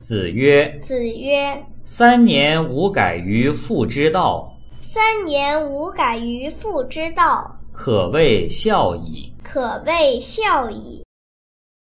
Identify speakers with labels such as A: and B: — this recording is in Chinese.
A: 子曰
B: 子曰：“
A: 三年无改于父之道，：“
B: 三年无改于父之道，
A: 可谓孝矣。”
B: 可谓孝矣。”